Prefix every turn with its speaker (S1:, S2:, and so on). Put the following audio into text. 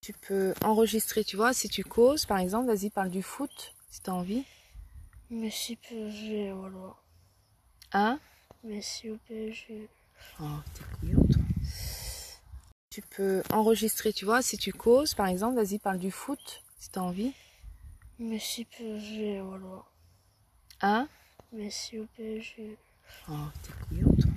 S1: Tu peux enregistrer, tu vois, si tu causes, par exemple, vas-y, parle du foot, si t'as envie.
S2: Messi PSG, voilà.
S1: Hein
S2: Messi au PSG.
S1: Oh, t'es couillon, toi. Tu peux enregistrer, tu vois, si tu causes, par exemple, vas-y, parle du foot, si t'as envie.
S2: Messi PSG, voilà.
S1: Hein
S2: Messi au PSG.
S1: Oh, t'es couillon, toi.